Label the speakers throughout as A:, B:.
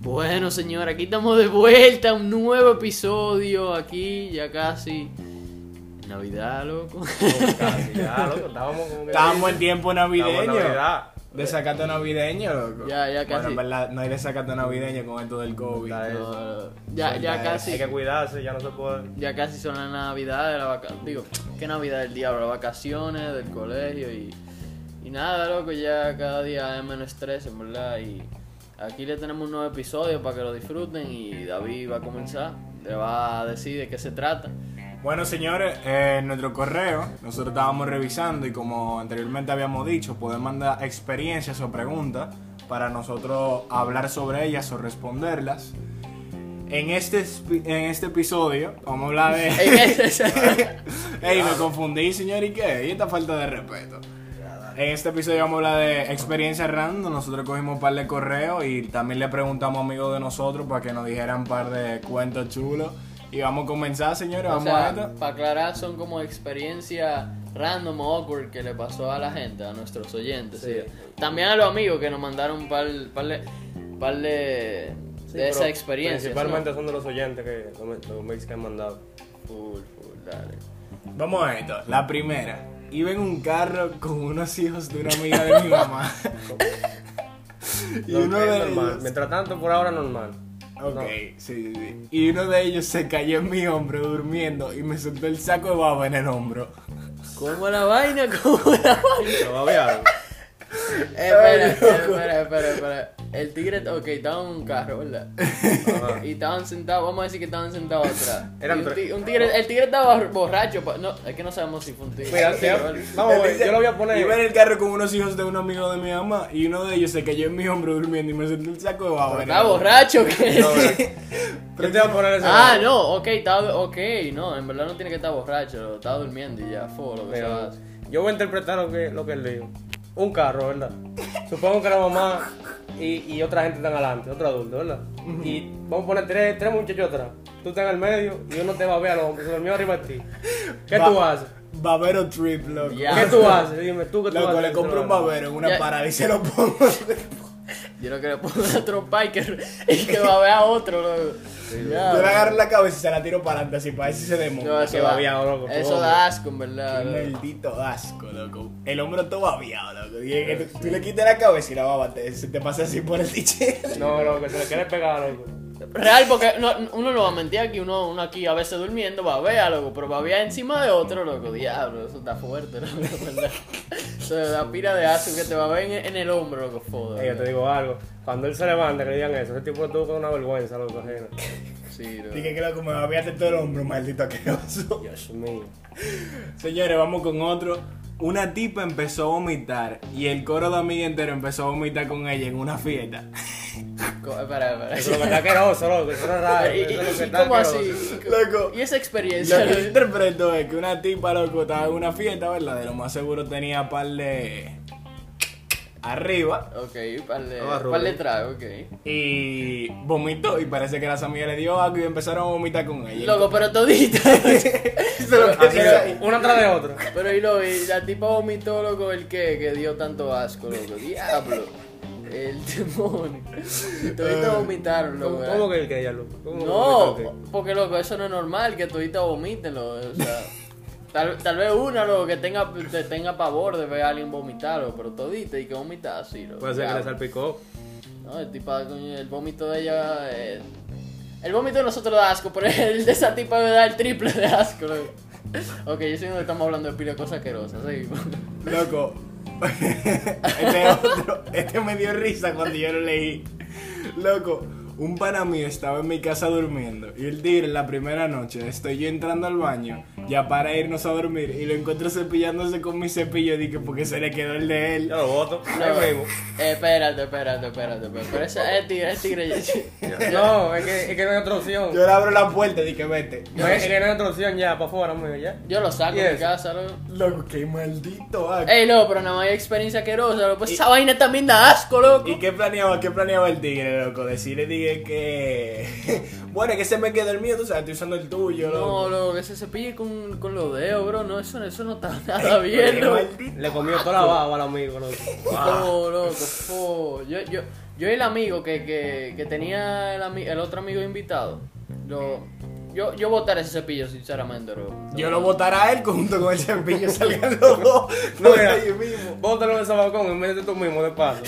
A: Bueno, señor, aquí estamos de vuelta, un nuevo episodio aquí, ya casi Navidad, loco.
B: Ya, loco, estábamos como que.
C: Estábamos en tiempo
B: Estábamos en
C: navideño.
B: Navidad.
C: Desacato navideño, loco.
A: Ya, ya casi.
C: Bueno, en verdad, no hay desacato navideño con esto del COVID.
B: Está bien.
A: No, ya, ya
B: Hay
A: casi,
B: que cuidarse, ya no se puede.
A: ya casi son las navidades, la vaca- digo, qué navidad del diablo, las vacaciones del colegio y, y nada, loco, ya cada día es menos estrés, en verdad, y aquí le tenemos un nuevo episodio para que lo disfruten y David va a comenzar, le va a decir de qué se trata.
C: Bueno, señores, eh, en nuestro correo, nosotros estábamos revisando y como anteriormente habíamos dicho, pueden mandar experiencias o preguntas para nosotros hablar sobre ellas o responderlas. En este, espi- en este episodio, vamos a hablar de... Ey, me confundí, señor, ¿y qué? Y esta falta de respeto. En este episodio vamos a hablar de experiencias random. Nosotros cogimos un par de correos y también le preguntamos a amigos de nosotros para que nos dijeran un par de cuentos chulos. Y vamos a comenzar, señores, vamos a esto.
A: para aclarar, son como experiencias random o awkward que le pasó a la gente, a nuestros oyentes.
B: Sí.
A: sí. También a los amigos que nos mandaron un par, par de, par de, de
B: Sí, pero
A: esa experiencia.
B: Principalmente son de los oyentes que los, los mails que han mandado.
A: Full, full, dale.
C: Vamos a esto. La primera. Iba en un carro con unos hijos de una amiga de mi mamá. y
B: No,
C: uno
B: es
C: de
B: normal.
C: ellos...
B: Mientras tanto, por ahora normal.
C: Ok,
B: No.
C: sí, sí, sí. Y uno de ellos se cayó en mi hombro durmiendo y me soltó el saco de baba en el hombro.
A: ¿Cómo la vaina? ¿Cómo la vaina?
B: Todavía.
A: espera, espera, espera, espera. El tigre, ok, estaba en un carro, ¿verdad?
B: Ajá.
A: Y estaban sentados, vamos a decir que estaban sentados atrás.
B: Eran
A: Y un,
B: tres.
A: ti- un tigre, el tigre estaba borracho, pa- no, es que no sabemos si fue un tigre.
B: Mira,
A: Sí,
B: sí,
A: ¿verdad?
B: vamos, güey,
C: Dice,
B: yo lo voy a poner.
C: Iba en el carro con unos hijos de un amigo de mi mamá y uno de ellos se cayó en mi hombro durmiendo y me soltó el saco de baba. en el
A: ¿Está
C: hombro.
A: borracho? ¿qué?
B: No, bro. Yo te voy a poner ese.
A: Ah, no, ok, estaba, ok, no, en verdad no tiene que estar borracho, estaba durmiendo y ya fue lo que se va a
B: Mira,
A: hacer.
B: yo voy a interpretar lo que, lo que él dijo. Un carro, ¿verdad? Supongo que la mamá y, y otra gente están adelante, otro adulto, ¿verdad? Y vamos a poner tres, tres muchachos atrás. Tú estás en el medio y uno te va a ver a los hombres, se durmió arriba de ti. ¿Qué tú
C: Va-
B: haces?
C: Babero trip, loco.
A: Ya.
B: ¿Qué tú haces? Dime, tú que tú
C: Loco,
B: haces.
C: le compro un babero en una
A: Ya.
C: parada y se lo pongo.
A: Yo lo que le pongo a otro biker y que va a ver a otro, loco. Ya,
C: Yo le
A: bro.
C: agarro la cabeza y se la tiro para adelante así para ver si se
A: No,
C: demora.
A: eso,
B: va
A: da-
B: babeado, loco,
A: eso
B: todo,
A: da asco, en verdad.
C: Un
A: bro.
C: maldito asco, loco. El hombro todo babiado, loco. Y es que tú, tú le quitas la cabeza y la baba te, se te pasa así por el tiche.
B: No, loco, se le quiere pegar, loco.
A: Real, porque no- uno no va a mentir aquí, uno, uno aquí a veces durmiendo va a ver a loco, pero va a ver encima de otro, loco. Diablo, eso está fuerte, loco, en verdad. Eso da pila de asco que te va a ver en, en el hombro, loco, foda.
B: Ey, yo te digo algo. Cuando él se levanta, que le digan eso, ese tipo tuvo con una vergüenza, loco, ajena.
A: Sí, loco.
C: Dije que loco, me babiaste todo el hombro, maldito asqueroso.
B: Dios mío.
C: Señores, vamos con otro. Una tipa empezó a vomitar y el coro de amiga entero empezó a vomitar con ella en una fiesta.
A: Co- Espera, espera.
B: Eso es lo que está asqueroso, loco, eso no es raro.
A: ¿Y,
B: Eso es lo que
A: y- y
B: está
A: cómo
B: asqueroso.
A: así?
C: Loco.
A: ¿Y esa experiencia?
C: Lo que yo interpreto es que una tipa, loco, estaba en una fiesta, ¿verdad? De lo más seguro tenía par de... Arriba.
A: Ok, par de,
B: Ah,
A: par de
B: Rubén.
A: trago, ok.
C: Y vomitó y parece que las amigas le dio algo y empezaron a vomitar con ella.
A: Loco, pero todita.
B: Así que, una tras de otra.
A: pero y lo y la tipa vomitó, loco, el que, que dio tanto asco, loco. Diablo. El demonio. Y
B: Ah.
A: todita vomitaron, loco.
B: ¿Cómo,
A: ¿verdad?
B: cómo que él creía, loco? ¿Cómo que
A: No,
B: él creía?
A: porque loco, eso no es normal que todita vomiten, loco. O sea, tal, tal vez una, loco, que tenga, te tenga pavor de ver a alguien vomitar, loco, pero todita y que vomita así, loco.
B: Puede ser que
A: Diablo.
B: le salpicó.
A: No, el tipa, coño, el vómito de ella. eh, el vómito de nosotros da asco, pero el de esa tipa me da el triple de asco. loco. Ok, yo sé que estamos hablando de pila de cosas asquerosas, seguimos.
C: Loco. este otro. Este me dio risa cuando yo lo leí. Loco. Un pana mío estaba en mi casa durmiendo y el tigre la primera noche estoy yo entrando al baño ya para irnos a dormir y lo encuentro cepillándose con mi cepillo dije porque se le quedó el de él.
B: Yo lo voto.
A: No,
B: Ahí mismo.
A: eh, espérate, espérate, espérate, espérate. Pero ese es tigre, es tigre.
B: No, es que, es que no hay otra opción.
C: Yo le abro la puerta y dije vete.
B: No, es que no hay otra opción ya, para afuera, amigo, ya.
A: Yo lo saco
B: ¿Y
A: de mi
B: eso?
A: casa, loco.
C: Loco, qué maldito asco.
A: Ey, no, pero nada más hay experiencia asquerosa, loco. Pues esa vaina también da asco, loco.
C: ¿Y qué planeaba, qué planeaba el tigre, loco? Decirle, dije que... bueno, es que se me quedó el mío, tú sabes, estoy usando el tuyo, loco.
A: No, loco, que se cepille con con, con los dedos, bro. No, eso, eso no está nada bien, bro.
B: Le comió toda la baba al amigo, loco.
A: Fo, Oh, loco, fo. Yo, yo, yo y el amigo que, que, que tenía el, ami- el otro amigo invitado, lo, yo, yo botaré ese cepillo, sinceramente, bro.
C: Yo lo votará a él junto con el cepillo salgan los dos
B: No,
C: por
B: mira.
C: ahí mismo.
B: Bótalo de ese balcón y métete tú mismo de paso.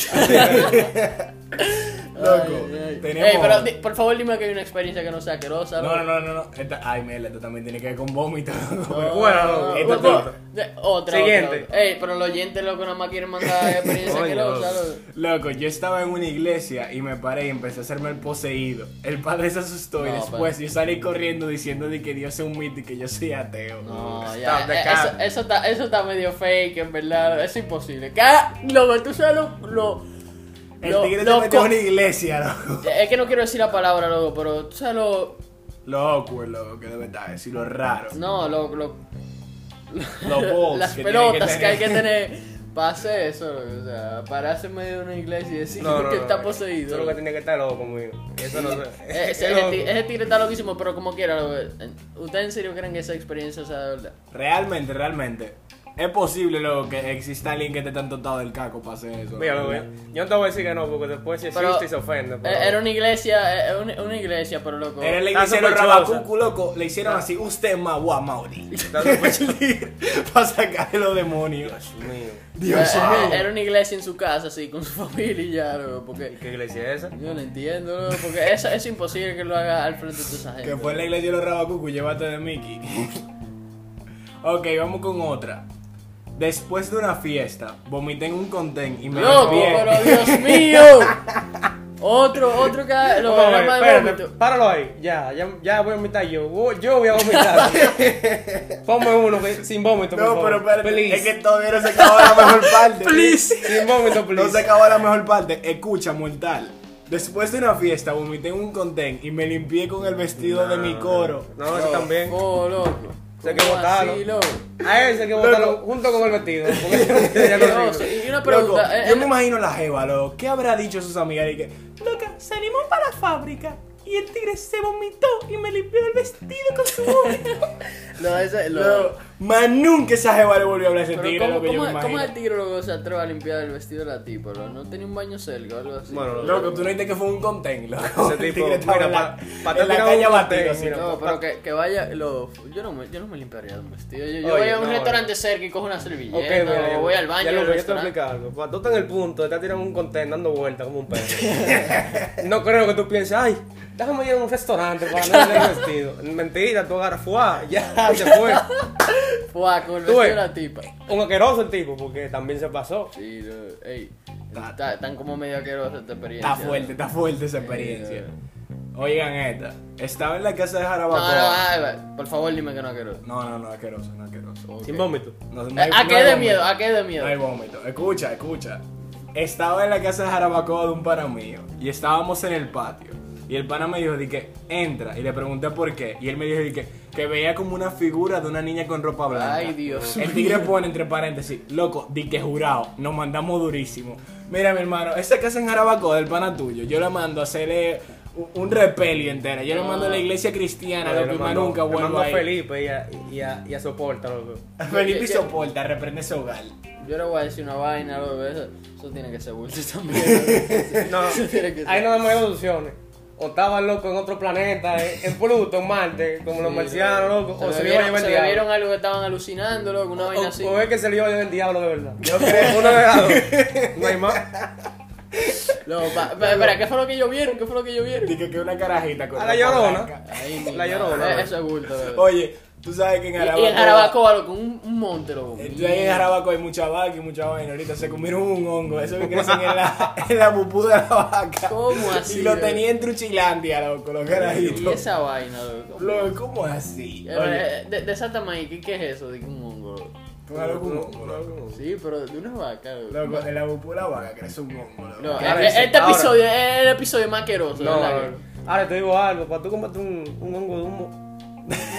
C: Loco,
A: Ay, ay.
C: tenemos-
A: Ey, pero di- por favor dime que hay una experiencia que no sea asquerosa, bro.
C: No, no, no, no, no. Esta- ay, mierda, esto también tiene que ver con vómito.
A: No,
B: Bueno,
A: no,
B: loco,
A: no,
B: esto
A: loco.
B: corta.
A: De- Otra,
B: Siguiente.
A: otra. Ey, pero los oyentes loco nada más quieren mandar experiencia
B: Coño,
A: asquerosa,
B: loco.
A: loco.
C: Loco, yo estaba en una iglesia y me paré y empecé a hacerme el poseído. El padre se asustó y
A: No,
C: después yo salí corriendo diciendo de que Dios es un mito y que yo soy ateo.
A: No,
B: Stop
A: ya,
B: the
A: eh,
B: cap.
A: eso, eso está, eso está medio fake, en verdad, eso es imposible. Ca- Loco, tú sabes lo- lo-
C: El
A: lo-
C: tigre
A: lo
C: te metió
A: co-
C: en una iglesia, loco.
A: Es que no quiero decir la palabra, loco, pero tú sabes lo.
C: Loco, loco, que debe estar, decir lo raro.
A: No, lo. lo-
C: Los balls
A: las
C: que
A: pelotas
C: tienen
A: que, hay que tener para hacer eso, loco. O sea, pararse en medio de una iglesia y decir
B: No, no,
A: que
B: no,
A: está
B: no.
A: poseído.
B: Eso es lo que
A: loco.
B: tenía que estar loco conmigo. Eso no sé.
A: Ese,
B: Qué
A: ese
B: loco.
A: ti- eh. ese tigre está loquísimo, pero como quiera, loco. ¿Ustedes en serio creen que esa experiencia sea de verdad?
C: Realmente, realmente. Es posible, loco, que exista alguien que te tan totado del caco para hacer eso.
B: Mira,
C: loco.
B: loco, yo no te voy a decir que no, porque después si
A: Pero-
B: existe y se ofende. pero-
A: Eh, Era una iglesia, eh, una, una iglesia, pero loco. eh,
C: Era
B: Está
C: la iglesia de los
B: sospechosa.
C: Rabacucu, loco. Le
A: Ah.
C: hicieron así, usted es Magua Mauri.
B: Está sospechosa.
C: para sacar los demonios.
B: Dios mío.
C: Dios
A: Eh,
C: mío.
A: eh, Era una iglesia en su casa, así, con su familia y ya, loco,
B: ¿Y
A: porque
B: qué iglesia es esa?
A: yo no entiendo, loco, porque eso es imposible que lo haga al frente de toda esa gente.
C: Que fue en la iglesia de los Rabacucu, llévate de Mickey. ok, vamos con otra. Después de una fiesta, vomité en un contén y me
A: Loco,
C: desvié.
A: pero Dios mío. Otro, otro que lo
B: Oh,
A: que
B: eh,
A: más de
B: espérate,
A: vómito.
B: páralo ahí. Ya, ya, ya voy a vomitar yo. Vo- Yo voy a vomitar. Ponme uno que- sin vómito, por
C: No,
B: favor.
C: pero espérate,
B: Please.
C: es que todavía no se acabó la mejor parte.
B: Sin vómito, please.
C: No se acabó la mejor parte. Escucha, mortal. Después de una fiesta, vomité en un contén y me limpié con el vestido de mi coro.
B: No, eso también.
A: Oh, loco.
B: Sé que
A: ¿Cómo
B: botarlo.
A: así, loco?
B: A ese hay que botarlo junto con el vestido. porque ya no
A: Dios,
B: sirve.
A: Eh, y una
C: Loco,
A: pregunta, eh,
C: yo
A: eh,
C: me imagino la jeva, loco. ¿Qué habrá dicho sus amigas? Y que, loca, salimos para la fábrica y el tigre se vomitó y me limpió el vestido con su vómito.
A: no, ese- lo-
C: Loco, más nunca esa jeva le volvió a hablar a ese
A: pero
C: tigre,
A: ¿cómo,
C: loco, yo
A: cómo-
C: me
A: cómo el
C: imagino.
A: tigre luego se atreve a limpiar el vestido de la tipa? loco? ¿No tenía un baño cerca o algo así?
B: Bueno,
C: Loco, tú no viste que fue un contén, loco.
B: Ese
C: El
B: tipo,
C: tigre estaba
B: mira,
C: en
B: pa-
C: la,
B: pa-
C: en la
B: tirar un
C: calle
B: contén,
C: abatido, así,
B: mira.
C: loco.
A: No, pero que, que vaya, lo, yo, no me, yo no me limpiaría de un vestido. Yo, yo
B: Oye,
A: voy a un
B: no,
A: restaurante cerca y cojo una servilleta.
B: Ok, mira,
A: o
B: yo-
A: voy al baño.
B: Ya
A: del
B: lo yo te voy a
A: restaurante.
B: explicar algo. Cuando tú estás en el punto, estás tirando un contén dando vueltas como un perro. no creo que tú pienses, ay, déjame ir a un restaurante para no darle el vestido. Mentira, tú agarras fuá, ya se fue.
A: Fua, con el
B: Tú
A: vestido
B: ves.
A: de la tipa.
B: Un asqueroso el tipo, porque también se pasó.
A: Sí, lo- ey.
C: Está-
A: Está- Están como medio asquerosos esta experiencia.
C: Está fuerte, está fuerte esa experiencia. Oigan esta. Estaba en la casa de
A: No, no, no,
C: Jarabacoa.
A: ay, va, por favor dime que no asqueroso.
C: No, no, no, asqueroso, no, asqueroso.
B: Sin vómito.
C: No, no hay-
A: Eh, ¿A
C: no
A: qué
C: hay
A: de
C: vómito.
A: miedo? ¿A qué de
C: No hay
A: miedo?
C: vómito. Escucha, escucha. Estaba en la casa de Jarabacoa de un pana mío y estábamos en el patio. Y el pana me dijo, di que entra. Y le pregunté por qué. Y él me dijo, di que, que veía como una figura de una niña con ropa blanca.
A: Ay, Dios
C: El tigre pone entre paréntesis, loco, di que jurado, nos mandamos durísimo. Mira, mi hermano, esa casa en Jarabacoa del pana tuyo, yo la mando a hacerle un- un repelio entero. Yo le mando a
A: Ah.
C: la iglesia cristiana,
B: Oye,
C: loco,
B: le
C: y más
B: mando-
C: nunca
B: le
C: vuelvo
B: mando a
C: ahí.
B: Felipe y a, y a, y a Soporta, loco.
C: Felipe y soporta, reprende ese hogar.
A: Yo le voy a decir una vaina, loco, eso, eso tiene que ser bulto también. loco.
B: No,
A: Eso tiene que ser.
B: ahí no damos soluciones. O estaba loco en otro planeta, eh, en Pluto, en Marte, como los marcianos, loco. O se le iba a
A: vieron,
B: llevar
A: se
B: el
A: le
B: diablo.
A: vieron algo que estaban alucinando, loco, una vaina así.
B: O, o es que se le iba a llevar el diablo de verdad. Yo creo uno de lado. No hay más.
A: Loco, pa- pa- espera, ¿qué fue lo que ellos vieron? ¿Qué fue lo que ellos vieron?
C: Dije que una carajita con
B: A la
C: ropa
B: llorona.
C: blanca.
A: Ahí, mi
B: La
A: madre,
B: llorona, loco.
A: Eso es bulto, loco.
C: Oye, tú sabes que en
A: Y,
C: Jarabacoa.
A: y en Jarabacoa, loco, un, un monte, loco.
C: Tú sabes que en Jarabacoa hay mucha vaca y mucha vaina. Ahorita se comieron un hongo. Eso que crecen en la, en la pupú de la vaca.
A: ¿Cómo así,
C: Y lo
A: bro?
C: tenía en Truchilandia, loco, los
A: Y
C: carajitos.
A: esa vaina, loco.
C: Loco, ¿cómo así?
A: Eh,
C: Oye,
A: eh, de- Desátame ahí, ¿qué, qué es eso? Dije un hongo, loco.
C: tú eres un hongo, loco.
A: Sí, pero de una vaca, loco.
C: Loco, en la pupú de la vaca crece un hongo, loco.
A: No,
B: Ahora
A: eh,
B: dice,
A: este
B: ahora.
A: episodio es el episodio más asqueroso.
B: No,
A: ¿verdad?
B: no. Ahora te digo algo, para tú combatir un, un hongo de humo,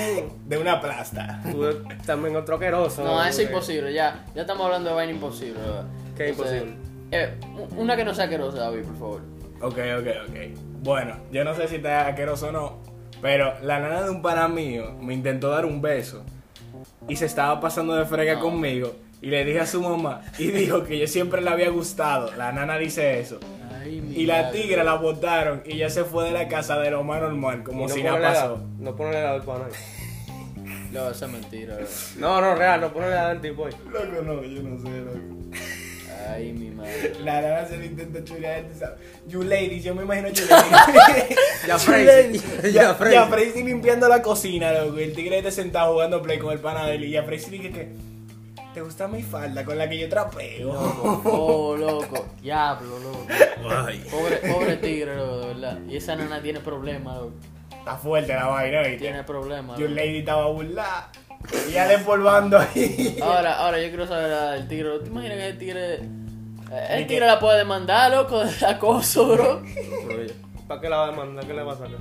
C: De una plasta.
B: tú eres también otro asqueroso.
A: No, eso es
B: porque-
A: imposible, ya. Ya estamos hablando de vaina imposible, ¿verdad?
B: ¿Qué es
A: Entonces, eh, u- una que no sea asquerosa, David, por favor.
C: Ok, ok, ok. Bueno, yo no sé si está asqueroso o no, pero la nana de un pana mío me intentó dar un beso y se estaba pasando de frega
A: No.
C: conmigo. Y le dije a su mamá y dijo que yo siempre le había gustado. La nana dice eso.
A: Ay, mi
C: Y la
A: madre.
C: tigra la botaron y ya se fue de la casa de lo más normal, como
B: Y no
C: si
B: ponerle
C: nada
B: la-
C: pasó.
B: No ponerle la del pana. ahí.
A: No, esa es mentira, bro.
B: No, no, real, no ponerle la del tipo ahí.
C: Loco, no, yo no sé, loco.
A: Ay, mi madre.
C: La nana se le intenta chulear, tú sabes. You ladies, yo me imagino chulear.
B: Ya,
C: You
B: Freddy.
C: ladies.
B: Ya,
C: Ya,
B: Freddy.
C: ya, Freddy limpiando la cocina, loco. y El tigre está sentado jugando play con el pana de él. Y ya Freddy dije que. ¿Te gusta mi falda con la que yo trapeo?
A: Oh, loco. Diablo, loco. Pobre, pobre tigre, loco, de verdad. Y esa nana tiene problemas, loco.
C: Está fuerte la vaina, ¿viste?
A: Tiene problemas.
C: Y un
A: loco.
C: lady estaba burlada. Y ya le polvando ahí.
A: Ahora, ahora yo quiero saber la del tigre. loco. ¿Te imaginas que el tigre. eh,
C: ¿De
A: El
C: qué?
A: tigre la puede demandar, loco, de acoso, bro.
B: ¿Para qué la va a demandar? ¿Qué le va a sacar?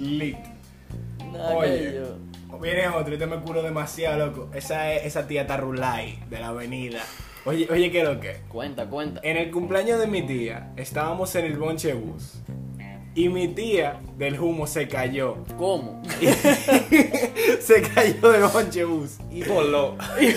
C: Lit.
A: Nada
C: Oye.
A: que yo.
C: Viene otro, este me curo demasiado, loco. Esa, es- esa tía Tarulay de la avenida. Oye, oye, ¿qué es lo que?
A: Cuenta, cuenta.
C: En el cumpleaños de mi tía, estábamos en el bonche bus. Y mi tía del humo se cayó.
A: ¿Cómo?
C: se cayó del bonche bus.
B: Y voló.
A: y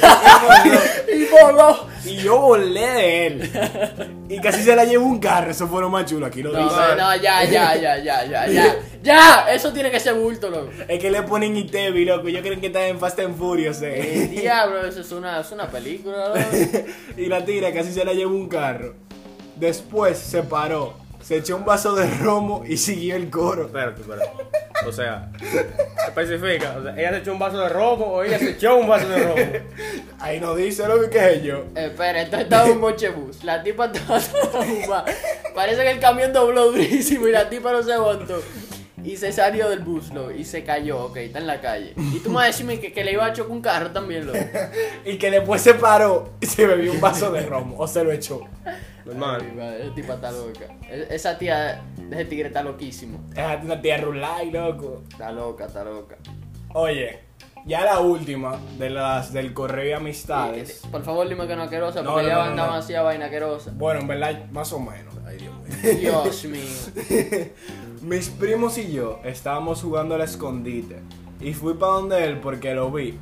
A: voló.
C: Y yo volé de él. Y casi se la llevó un carro. Eso fue lo más chulo. Aquí lo
A: No,
C: dice.
A: no, ya, ya, ya, ya, ya, ya. ¡Ya! Eso tiene que ser bulto, loco.
C: Es que le ponen Itevi, loco. Yo creen que está en Fast and Furious, eh.
A: El diablo, eso es una, es una película, loco.
C: y la tira casi se la llevó un carro. Después se paró, se echó un vaso de romo y siguió el coro.
B: Espérate, espérate. O sea, especifica. O sea, ella se echó un vaso de robo o ella se echó un vaso de robo.
C: Ahí nos dice lo que es yo.
A: Espera, esto estaba en un bochebús. La tipa estaba toda fumada. Parece que el camión dobló durísimo y la tipa no se aguantó. Y se salió del bus, loco, y se cayó, ok, está en la calle. Y tú me vas a decirme que, que le iba a chocar un carro también, loco.
C: Y que después se paró y se bebió un vaso de romo o se lo echó.
A: Ay,
B: Normal.
A: madre, esa tipa está loca. Es- Esa tía, ese tigre está loquísimo.
C: Es una tía Rulay, loco.
A: Está loca, está loca.
C: Oye, ya la última de las del correo y amistades.
A: Por favor, dime que no asquerosa,
C: No,
A: porque
C: no,
A: ella
C: no,
A: va a
C: no,
A: andar
C: no.
A: demasiado vaina asquerosa.
C: Bueno, en verdad, más o menos. Ay, Dios mío.
A: Dios mío.
C: Mis primos y yo estábamos jugando al escondite. Y fui para donde él porque lo vi.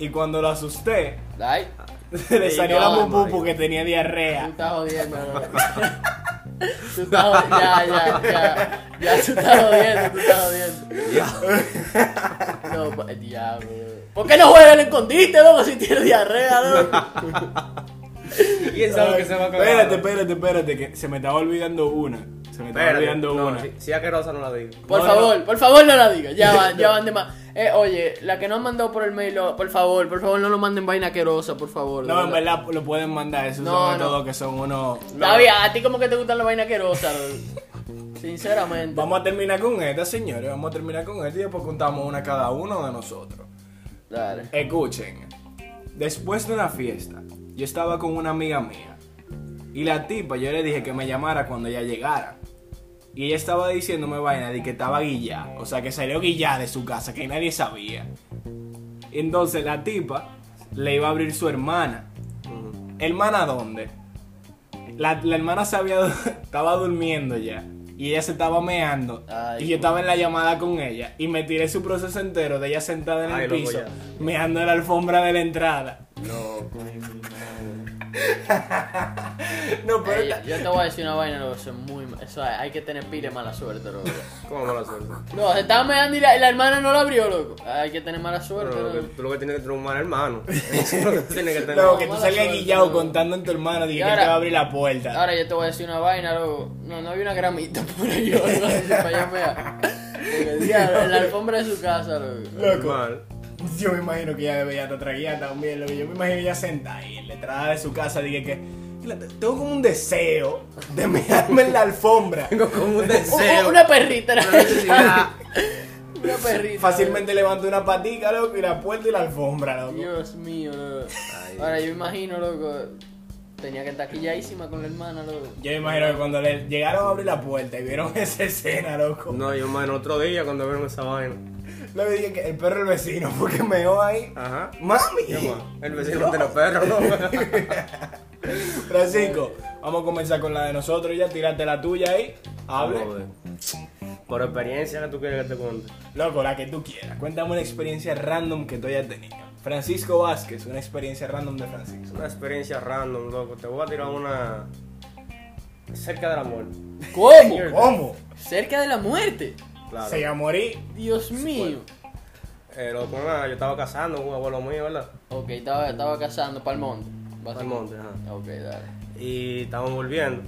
C: Y cuando lo asusté,
A: Ay,
C: le
A: Sí,
C: salió
A: no,
C: la pupú
A: marico.
C: porque tenía
A: Tú
C: diarrea.
A: estás jodiendo, bro. Tú estás jodiendo. Ya, ya, ya. Ya, tú estás jodiendo, tú estás jodiendo. No, pa- diablo. ¿Por qué no juegas el escondite, loco, si tienes diarrea, loco?
B: ¿Quién sabe que se va a cagar?
C: Espérate, espérate, espérate, que se me estaba olvidando una. Se me estaba
B: Espérate.
C: olvidando
B: No,
C: una.
B: si, si asquerosa no la digo.
A: Por
C: No, no.
A: favor, por favor, no la digas. Ya van, ya van de más. Eh, oye, la que no han mandado por el mail, lo- por favor, por favor, no lo manden vaina querosa, por favor. de
C: No, en verdad lo pueden mandar, esos
A: No,
C: son
A: no.
C: métodos que son unos.
A: Todavía, a ti como que te gustan las vainas querosas, loco. Sinceramente.
C: Vamos a terminar con esta, señores. Vamos a terminar con esta y después contamos una cada uno de nosotros.
A: Dale.
C: Escuchen, después de una fiesta, yo estaba con una amiga mía. Y la tipa, yo le dije que me llamara cuando ella llegara. Y ella estaba diciéndome vaina de que estaba guillada. O sea, que salió guillada de su casa, que nadie sabía. Entonces la tipa le iba a abrir su hermana. ¿Hermana dónde? La, la hermana se había, estaba durmiendo ya. Y ella se estaba meando.
A: Ay,
C: y yo estaba en la llamada con ella. Y me tiré su proceso entero de ella sentada en
B: Ay,
C: el
B: loco,
C: piso,
B: ya.
C: meando en la alfombra de la entrada. No, pero
A: Ey, yo te voy a decir una vaina, loco, eso es muy... ma- Eso hay, hay que tener pile mala suerte, loco.
B: ¿Cómo mala suerte?
A: No, se estaba meando y la, y la hermana no la abrió, loco. Hay que tener mala suerte,
B: Pero lo que,
A: loco.
B: tú lo que tienes que tener un mal hermano. Eso es lo que tienes que tener.
C: no, que tú
A: mala
C: salías
A: suerte,
C: guillado
A: no.
C: contando en tu hermana, dije
A: Y
C: que él
A: ahora- Ah.
C: te va a abrir la puerta.
A: Ahora yo te voy a decir una vaina, loco. No, no había una gramita por ahí, loco, para allá mea. Porque, diablo, en la alfombra de su casa, loco.
C: Loco.
B: Normal.
C: Yo me imagino que ella ya otra guía también, loco. Yo me imagino ella sentada ahí en la entrada de su casa, dije que "Mira, te- tengo como un deseo de mearme en la alfombra.
B: Tengo como un
A: Un- un-
B: deseo.
A: una perrita, era
B: Una necesidad.
A: Una perrita.
C: Fácilmente levanto una patica, loco, y la puerta y la alfombra,
A: loco.
C: loco.
A: Dios mío, loco.
B: Ay.
A: Ahora yo imagino, loco, tenía que estar quilladísima con la hermana, loco.
C: Yo me imagino que cuando le llegaron a abrir la puerta y vieron esa escena, loco.
B: No, yo más en otro día cuando vieron esa vaina.
C: Luego dije que el perro del vecino, porque meó ahí.
B: Ajá.
C: ¡Mami!
B: ¿Qué más? El vecino de los perros, ¿no?
C: Francisco, vamos a comenzar con la de nosotros ya, tírate la tuya ahí, hable.
B: Vamos a ver. Por experiencia que tú quieres que te cuente.
C: Loco, la que tú quieras. Cuéntame una experiencia random que tú hayas tenido. Francisco Vázquez, una experiencia random de Francisco.
B: Una experiencia random, loco. Te voy a tirar una. Cerca de la muerte.
A: ¿Cómo?
B: Señor.
C: ¿Cómo?
A: Cerca de la muerte.
B: Claro.
C: Se llamó Ori.
A: Dios mío.
B: Eh, loco, nada, yo estaba casando con un abuelo mío, ¿verdad?
A: Ok, estaba, estaba cazando para el monte.
B: Al monte, ajá.
A: Ok, dale.
B: Y estábamos volviendo.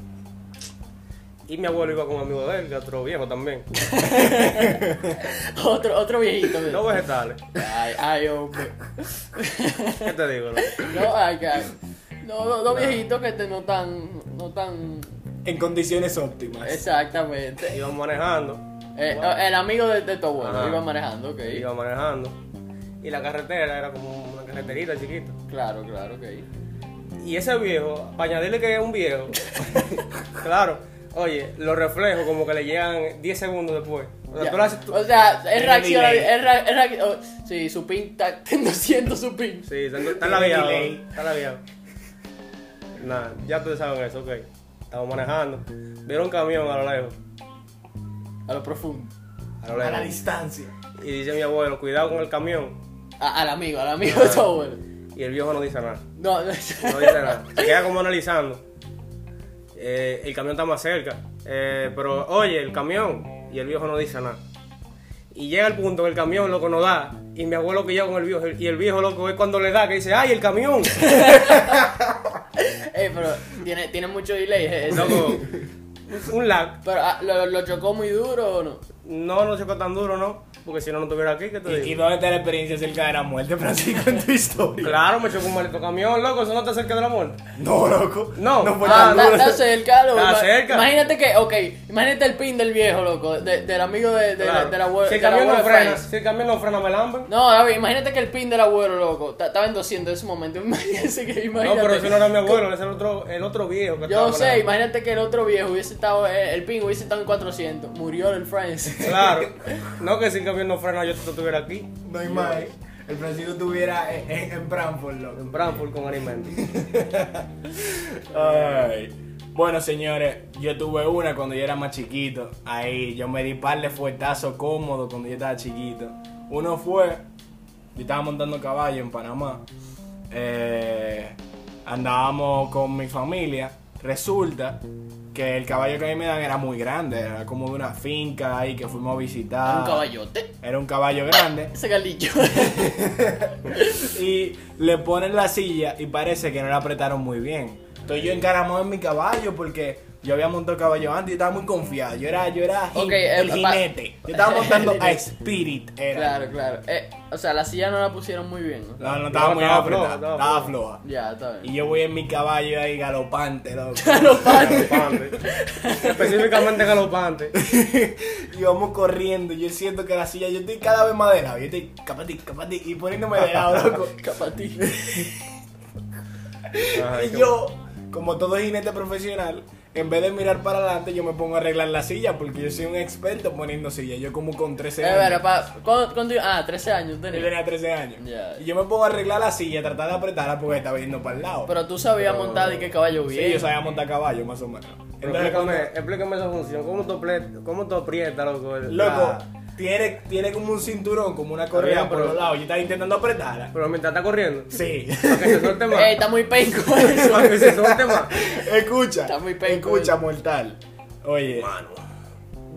B: Y mi abuelo iba con un amigo de él, que otro viejo también.
A: Otro, otro viejito. mira.
B: No vegetales.
A: Ay, ay, hombre.
B: ¿Qué te digo, loco?
A: No, ay, ay. No, no, no, viejitos que te no tan, no tan
C: En condiciones óptimas.
A: exactamente.
B: Iba manejando.
A: Eh, el amigo de, de tu abuelo
B: Ajá.
A: iba manejando, ok.
B: Iba manejando. Y la carretera era como una carreterita chiquita.
A: Claro, claro, ok.
B: Y ese viejo, para añadirle que es un viejo, claro, oye, los reflejos como que le llegan 10 segundos después. O sea,
A: Ya.
B: tú lo haces tú-
A: O sea, él
C: el
A: reacciona.
C: delay.
A: Él re- él reac- oh, sí, su pin está. No siento su pin.
B: Sí, está, está
C: Tiene
B: labiado.
C: delay.
B: Está labiado. Nada, ya tú saben eso, ok. Estamos manejando. Vieron un camión a lo lejos.
A: A lo profundo.
B: A lo
C: A la
B: lejos.
C: distancia.
B: Y dice mi abuelo, cuidado con el camión.
A: A- al amigo, al amigo
B: Ah.
A: de tu abuelo.
B: Y el viejo no dice nada.
A: No, no.
B: No dice nada. Se queda como analizando. Eh, el camión está más cerca. Eh, pero, oye, el camión. Y el viejo no dice nada. Y llega el punto que el camión, loco, no da. Y mi abuelo que llega con el viejo. Y el viejo, loco, es cuando le da que dice, ¡ay, el camión!
A: Ey, Eh, pero tiene, tiene mucho delay. eh, ese.
B: Loco, un lag.
A: Pero ah, ¿lo, lo chocó muy duro o no?
B: No, no chocó tan duro, ¿no? Porque si no, no estuviera aquí, ¿qué te
C: ¿Y, y
B: digo?
C: dónde está la experiencia cerca de la muerte, Francisco, en tu historia?
B: Claro, me chocó un maldito camión, loco, eso no está cerca de la muerte.
C: No, loco.
B: No.
C: No fue
A: Ah,
C: tan
A: está,
C: duro.
A: está cerca, loco.
B: Está
A: Ima-
B: cerca.
A: Imagínate que, ok, imagínate el pin del viejo, loco, de- del amigo de, de,
B: Claro.
A: de la abuela.
B: si el
A: del
B: camión no
A: abuelo
B: frena,
A: Franz.
B: si el camión no frena, me lambe.
A: No, David, imagínate que el pin del abuelo, loco, ta- estaba en 200 en ese momento. Imagínese que,
B: No,
A: imagínate.
B: pero ese no era mi abuelo, ese era el otro, el otro viejo que estaba
A: Yo sé,
B: manejando.
A: imagínate que el otro viejo hubiese estado, eh, el pin hubiese estado en 400. Murió el Friends.
B: Claro. No que si el camión no frena yo no estuviera aquí.
C: No hay más. eh. El Francisco estuviera en, en, en Frankfurt, loco.
B: En Branford con alimentos.
C: Ay. Bueno, señores, yo tuve una cuando yo era más chiquito. Ahí, yo me di par de fuertazos cómodos cuando yo estaba chiquito. Uno fue, yo estaba montando caballo en Panamá. Eh, andábamos con mi familia. Resulta que el caballo que a mí me dan era muy grande. Era como de una finca ahí que fuimos a visitar.
A: Un caballote.
C: Era un caballo grande.
A: Ese galillo.
C: y le ponen la silla y parece que no la apretaron muy bien. Entonces yo encaramado en mi caballo porque yo había montado caballo antes y estaba muy confiado. Yo era, yo era jin-
A: Ok, eh,
C: el
A: pa-
C: jinete. Yo estaba montando a Spirit. Era.
A: claro, claro. Eh, o sea, la silla no la pusieron muy bien, ¿no?
C: No, no estaba
B: No,
C: muy
B: estaba
C: apretada,
B: floja, estaba
C: estaba
B: floja.
C: floja.
A: Ya, está bien.
C: Y yo voy en mi caballo ahí galopante, loco.
B: Galopante. Específicamente galopante.
C: y vamos corriendo. Yo siento que la silla, yo estoy cada vez más de lado. Yo estoy capati, capati, y poniéndome de lado, loco.
A: Capatí.
B: Ay,
C: Y
B: qué-
C: yo, como todo jinete profesional, en vez de mirar para adelante, yo me pongo a arreglar la silla porque yo soy un experto poniendo silla. Yo como con 13
A: Eh, bueno,
C: años.
A: pa, ¿cuándo- cuándo- ah, 13 años
C: Yo
A: tenía.
C: tenía 13 años.
A: Ya.
C: Y yo me pongo a arreglar la silla, tratar de apretarla porque estaba yendo para el lado.
A: Pero tú sabías montar y que caballo
C: sí,
A: bien.
C: yo sabía montar caballo, más o menos.
B: Pero
C: Entonces,
B: explícame,
C: cuando-
B: explícame esa función. ¿Cómo tú, apre- cómo tú aprietas, loco? el-
C: loco,
B: la-
C: tiene, tiene como un cinturón, como una correa
B: bien,
C: por
B: pero-
C: los lados. Yo estaba intentando apretarla.
B: Pero mientras está corriendo.
C: Sí.
B: Para que se suelte más.
A: Ey, Eh, está muy penco eso.
B: Para que se suelte más.
C: escucha,
A: Está muy penco,
C: escucha, mortal. Oye.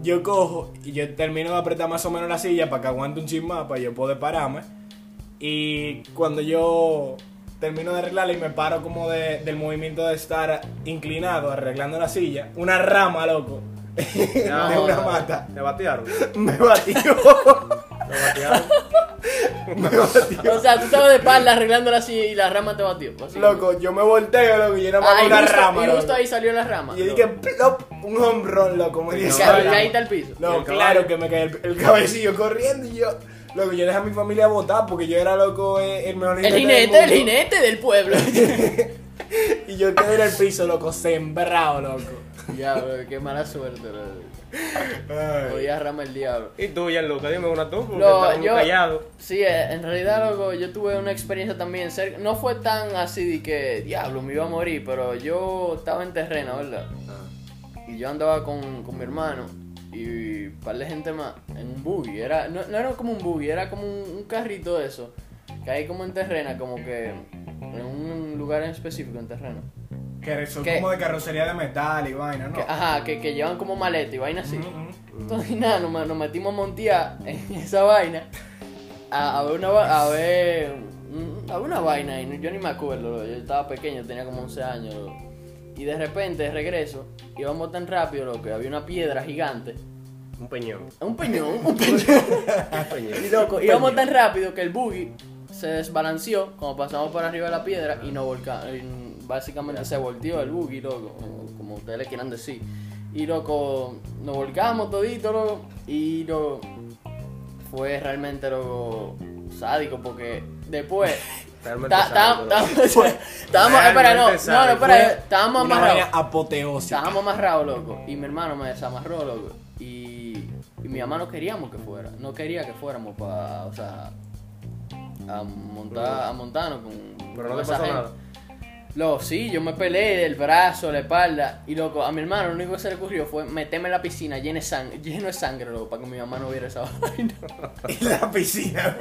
C: yo cojo y yo termino de apretar más o menos la silla para que aguante un chin más, para yo poder pararme. Y cuando yo termino de arreglarla y me paro como de- del movimiento de estar inclinado arreglando la silla, una rama, loco,
B: No,
C: de una
A: no.
C: mata,
B: Te batearon. Te
C: me batió,
B: batearon.
C: me batió.
A: O sea, tú estabas de espalda arreglándola así y la rama te batió. pues, así.
C: Loco, yo me volteo, loco, y era más
A: Ah, y
C: una
A: justo,
C: rama,
A: y
C: loco.
A: justo ahí salió la rama.
C: Y yo dije, plop, un home run, loco, me
A: Y
C: dio
A: ca-
C: esa
A: y
C: rama.
A: caíste al piso.
C: No,
B: Y el
C: claro
B: caballo.
C: que me caí el, el cabecillo corriendo y yo. Loco, yo dejé a mi familia votar porque yo era loco eh, el mejor
A: El
C: del
A: jinete, el
C: mundo.
A: jinete del pueblo.
C: Y yo quedé en el piso, loco, sembrado, loco.
A: ya, bro, qué mala suerte, bro.
C: Ay.
A: Podía rama el diablo.
B: Y tú, Gianluca, dime una tú, porque
A: No,
B: estamos muy
A: yo-
B: callados.
A: Sí, eh, en realidad, loco, yo tuve una experiencia también cerca. No fue tan así de que, diablo, me iba a morir, pero yo estaba en terreno, ¿verdad?
B: Ah.
A: Y yo andaba con, con mi hermano y un par de gente más en un buggy. Era, no, no era como un buggy, era como un, un carrito de eso. Que hay como en Terrena, como que en un lugar en específico en Terrena.
C: Que son
A: ¿Qué?
C: como de carrocería de metal y vaina, ¿no?
A: Que, ajá, que, que llevan como maleta y vaina así.
C: Ujú, ujú.
A: Entonces nada, nos, ma- nos metimos a montear en esa vaina. A, a ver una va- a ver, un- a ver una vaina y no- yo ni me acuerdo, yo estaba pequeño, tenía como 11 años. loco. Y de repente de regreso, íbamos tan rápido lo que había una piedra gigante.
B: Un peñón.
A: Un peñón, un peñón.
B: Un peñón.
A: Y loco, íbamos tan rápido que el buggy se desbalanceó cuando pasamos por arriba de la piedra y nos volca- y Básicamente se volteó el buggy, loco, como- como ustedes le quieran decir. Y loco, nos volcamos todito, loco, y loco, fue realmente loco sádico porque después.
B: Realmente
A: ta- ta-
B: sádico,
A: ta- Estábamos,
B: Realmente
A: espera, no, no, no,
B: sádico.
A: espera,
C: Fue
A: estábamos
C: Una
A: amarrados.
C: vaina apoteósica.
A: Estábamos amarrados, loco. Y mi hermano me desamarró, loco. Y, y mi mamá no queríamos que fuera. No quería que fuéramos para, o sea, a montar, a montarnos con.
B: Pero
A: con
B: no te
A: esa
B: pasó
A: gente.
B: nada.
A: Loco, sí, yo me peleé del brazo, la espalda. Y loco, a mi hermano lo único que se le ocurrió fue meterme en la piscina lleno de sangre, lleno de sangre loco, para que mi mamá no viera esa vaina.
C: Y la piscina.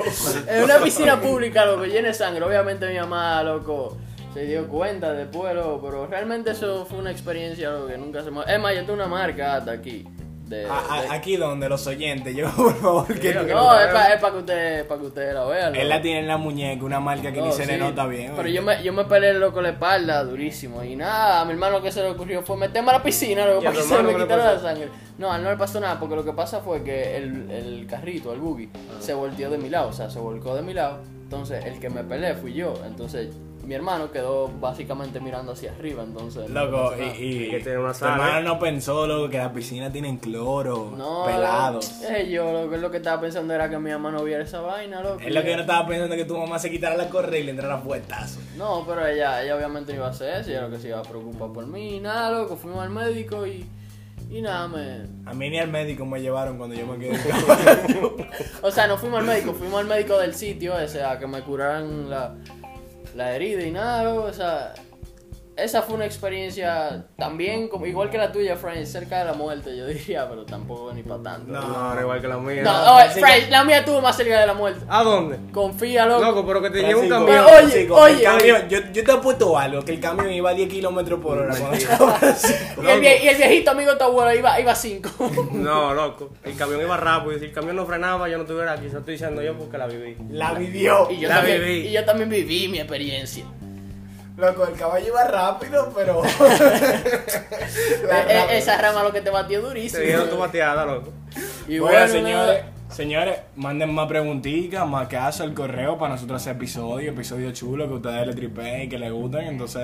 A: En una piscina pública, loco, llena de sangre. Obviamente mi mamá, loco, se dio cuenta después, loco, pero realmente eso fue una experiencia, loco, que nunca se me... Es más, yo tengo una marca hasta aquí. De,
C: A- a-
A: de-
C: aquí donde los oyentes, yo por favor que
A: no,
C: Ah, que-
A: es para que ustedes para que usted la vean.
C: Él la tiene en la muñeca, una marca que ni se le nota bien.
A: Oh, Pero
C: oye.
A: yo me, yo me peleé loco la espalda durísimo. Y nada, a mi hermano lo que se le ocurrió fue meterme a la piscina loco,
B: ¿Y a
A: para
B: tu
A: que se
B: hermano
A: me
B: qué le
A: quitara la
B: pasó?
A: sangre. No, a él no le pasó nada, porque lo que pasa fue que el, el carrito, el buggy, se volteó de mi lado, o sea, se volcó de mi lado. Entonces, el que me peleé fui yo. Entonces, mi hermano quedó básicamente mirando hacia arriba. Entonces, no
C: Loco,
A: pasó
C: y,
A: nada.
C: y,
B: Y que tiene una
C: tu
B: sala,
C: hermano
B: ¿eh?
C: no pensó, loco, que la piscina tienen cloro,
A: No,
C: pelados.
A: eh, yo lo que, lo que estaba pensando era que mi mamá no viera esa vaina, loco.
C: Es lo que yo no estaba pensando que tu mamá se quitara la correa y le entrara puertazo.
A: No, pero ella, ella obviamente no iba a hacer eso, ella lo que se iba a preocupar por mí, y nada, loco, fuimos al médico y, y nada, me...
C: A mí ni al médico me llevaron cuando yo me quedé.
A: O sea, no fuimos al médico, fuimos al médico del sitio ese, a que me curaran la, la herida y nada, loco, o sea... Esa fue una experiencia también, como, igual que la tuya, Frank, cerca de la muerte, yo diría, pero tampoco ni para tanto.
C: No.
B: No, no, igual que la mía.
A: no,
C: no,
A: oye,
C: sí que-
A: Frank, la mía estuvo más cerca de la muerte.
B: ¿A dónde?
A: Confía, loco.
B: Loco, pero que te lleve un
C: Francisco,
B: camión.
A: Pero, oye,
C: Francisco,
A: oye,
C: el
A: oye.
C: camión, Yo, yo te apuesto algo, que el camión iba a 10 kilómetros por hora cuando estaba así.
A: y, el vie- y el viejito amigo de tu abuelo iba, iba a cinco.
B: No, loco. El camión iba rápido. Y si el camión no frenaba, yo no estuviera aquí. Se lo estoy diciendo yo porque la viví.
C: La vivió.
A: Y yo,
B: La
A: también,
B: viví.
A: y yo también viví mi experiencia.
C: Loco, el caballo iba rápido, pero.
A: Eh, eh, esa rama lo que te batió durísimo.
B: Se dieron tu bateada, loco.
A: Y
C: bueno,
A: bueno,
C: señores,
A: nada.
C: señores, manden más preguntitas, más caso al correo para nosotros hacer episodios, episodios chulos que ustedes le tripeen y que les gusten. Entonces,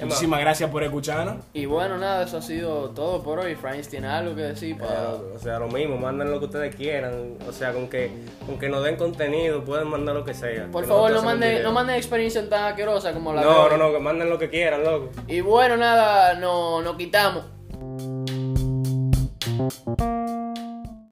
C: muchísimas gracias por escucharnos.
A: Y bueno, nada, eso ha sido todo por hoy. Franz tiene algo que decir para.
B: Pero, o sea, lo mismo, manden lo que ustedes quieran. O sea, con que, con que nos den contenido, pueden mandar lo que sea.
A: Por
B: Que
A: favor,
B: nosotros
A: no
B: hacemos
A: manden,
B: video.
A: no manden experiencias tan asquerosas como la de
B: No,
A: hoy.
B: no, no, que manden lo que quieran, loco.
A: Y bueno, nada, no, nos quitamos.